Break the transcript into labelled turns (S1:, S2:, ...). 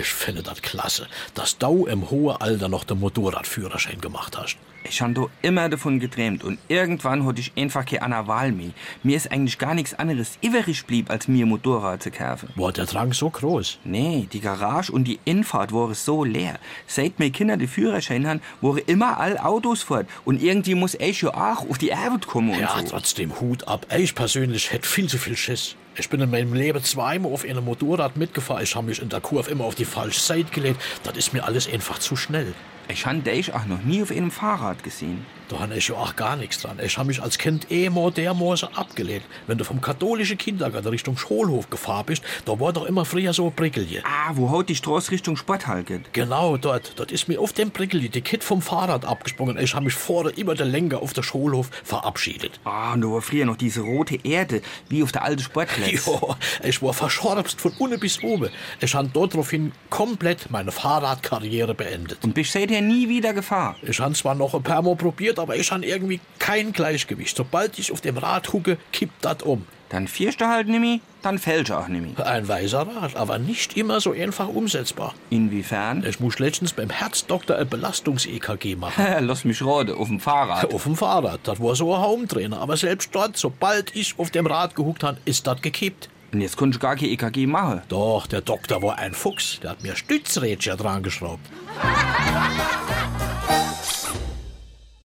S1: Ich finde das klasse, dass du im hohen Alter noch den Motorradführerschein gemacht hast.
S2: Ich han do immer davon geträumt und irgendwann hatte ich einfach keine andere Wahl mehr. Mir ist eigentlich gar nichts anderes übrig blieb, als mir Motorrad zu kaufen.
S1: War der Drang so groß?
S2: Nee, die Garage und die Infahrt waren so leer. Seit mir Kinder die Führerschein haben, waren immer all Autos fort und irgendwie muss ich ja auch auf die Arbeit kommen und
S1: Ja,
S2: so.
S1: trotzdem Hut ab. Ich persönlich hätte viel zu viel Schiss. Ich bin in meinem Leben zweimal auf einem Motorrad mitgefahren. Ich habe mich in der Kurve immer auf die falsche Seite gelegt. Das ist mir alles einfach zu schnell.
S2: Ich han dich auch noch nie auf einem Fahrrad gesehen.
S1: Da habe ich ja auch gar nichts dran. Ich habe mich als Kind immer dermaßen abgelehnt. Wenn du vom katholischen Kindergarten Richtung Schulhof gefahren bist, da war doch immer früher so Brickelje.
S2: Ah, wo haut die Straße Richtung Sporthall geht.
S1: Genau dort. Dort ist mir auf dem Brickelje die Kid vom Fahrrad abgesprungen. Ich habe mich vorne über der Lenker auf der Schulhof verabschiedet.
S2: Ah, und da war früher noch diese rote Erde, wie auf der alten Sportplatz.
S1: Ja, ich war verschorbst von unten bis oben. Ich habe daraufhin komplett meine Fahrradkarriere beendet.
S2: Und bist seither nie wieder gefahren.
S1: Ich habe zwar noch ein paar Mal probiert, aber ich habe irgendwie kein Gleichgewicht. Sobald ich auf dem Rad hucke, kippt das um.
S2: Dann fährst du halt nimmi, dann fällst du auch nimmi.
S1: Ein weiser Rat, aber nicht immer so einfach umsetzbar.
S2: Inwiefern?
S1: Ich muss letztens beim Herzdoktor ein Belastungs-EKG machen.
S2: Lass mich rate, auf dem Fahrrad.
S1: Auf dem Fahrrad, das war so ein Home-Trainer. Aber selbst dort, sobald ich auf dem Rad gehuckt habe, ist das gekippt.
S2: Und jetzt konnte ich gar kein EKG machen.
S1: Doch, der Doktor war ein Fuchs. Der hat mir Stützrädchen dran geschraubt.